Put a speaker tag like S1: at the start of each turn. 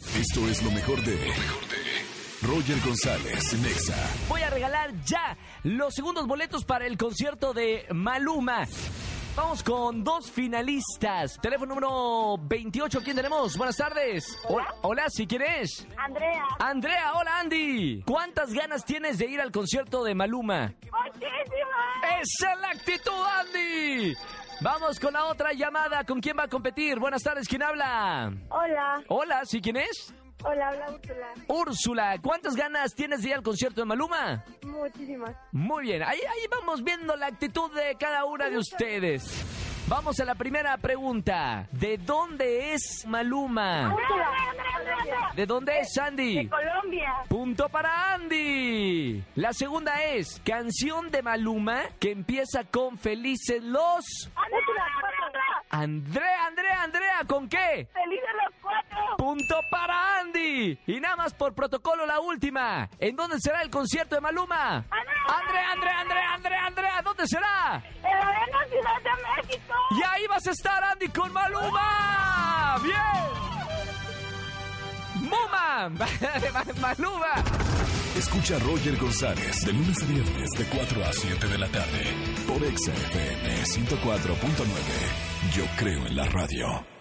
S1: Esto es lo mejor de. Roger González, Nexa.
S2: Voy a regalar ya los segundos boletos para el concierto de Maluma. Vamos con dos finalistas. Teléfono número 28, ¿quién tenemos? Buenas tardes.
S3: Hola.
S2: Ho- Hola, si quieres.
S3: Andrea.
S2: Andrea, hola Andy. ¿Cuántas ganas tienes de ir al concierto de Maluma?
S3: ¡Muchísimas!
S2: ¡Esa es la actitud, Andy! Vamos con la otra llamada. ¿Con quién va a competir? Buenas tardes, ¿quién habla?
S3: Hola,
S2: Hola, ¿sí quién es?
S3: hola, hola, Úrsula.
S2: Úrsula, ¿cuántas ganas tienes de ir al concierto de Maluma?
S3: Muchísimas.
S2: Muy bien, ahí, ahí vamos viendo la actitud de cada una de ustedes. Vamos a la primera pregunta. ¿De dónde es Maluma?
S3: Úrsula. Andrea,
S2: ¿De dónde es Sandy?
S3: De Colombia.
S2: Punto para Andy. La segunda es canción de Maluma que empieza con Felices los...
S3: Úrsula, cuatro.
S2: Andrea, Andrea, Andrea, ¿con qué?
S3: ¡Feliz de los cuatro!
S2: Punto para Andy. Y nada más por protocolo la última. ¿En dónde será el concierto de Maluma? Andrea, Andrea, Andrea, Andrea, Andrea, ¿dónde será?
S3: ¡En la arena Ciudad de México!
S2: Y ahí vas a estar, Andy, con Maluma. ¡Bien! ¡Muma! ¡Maluma!
S1: Escucha a Roger González de lunes a viernes de 4 a 7 de la tarde por Exa FM 104.9. Yo creo en la radio.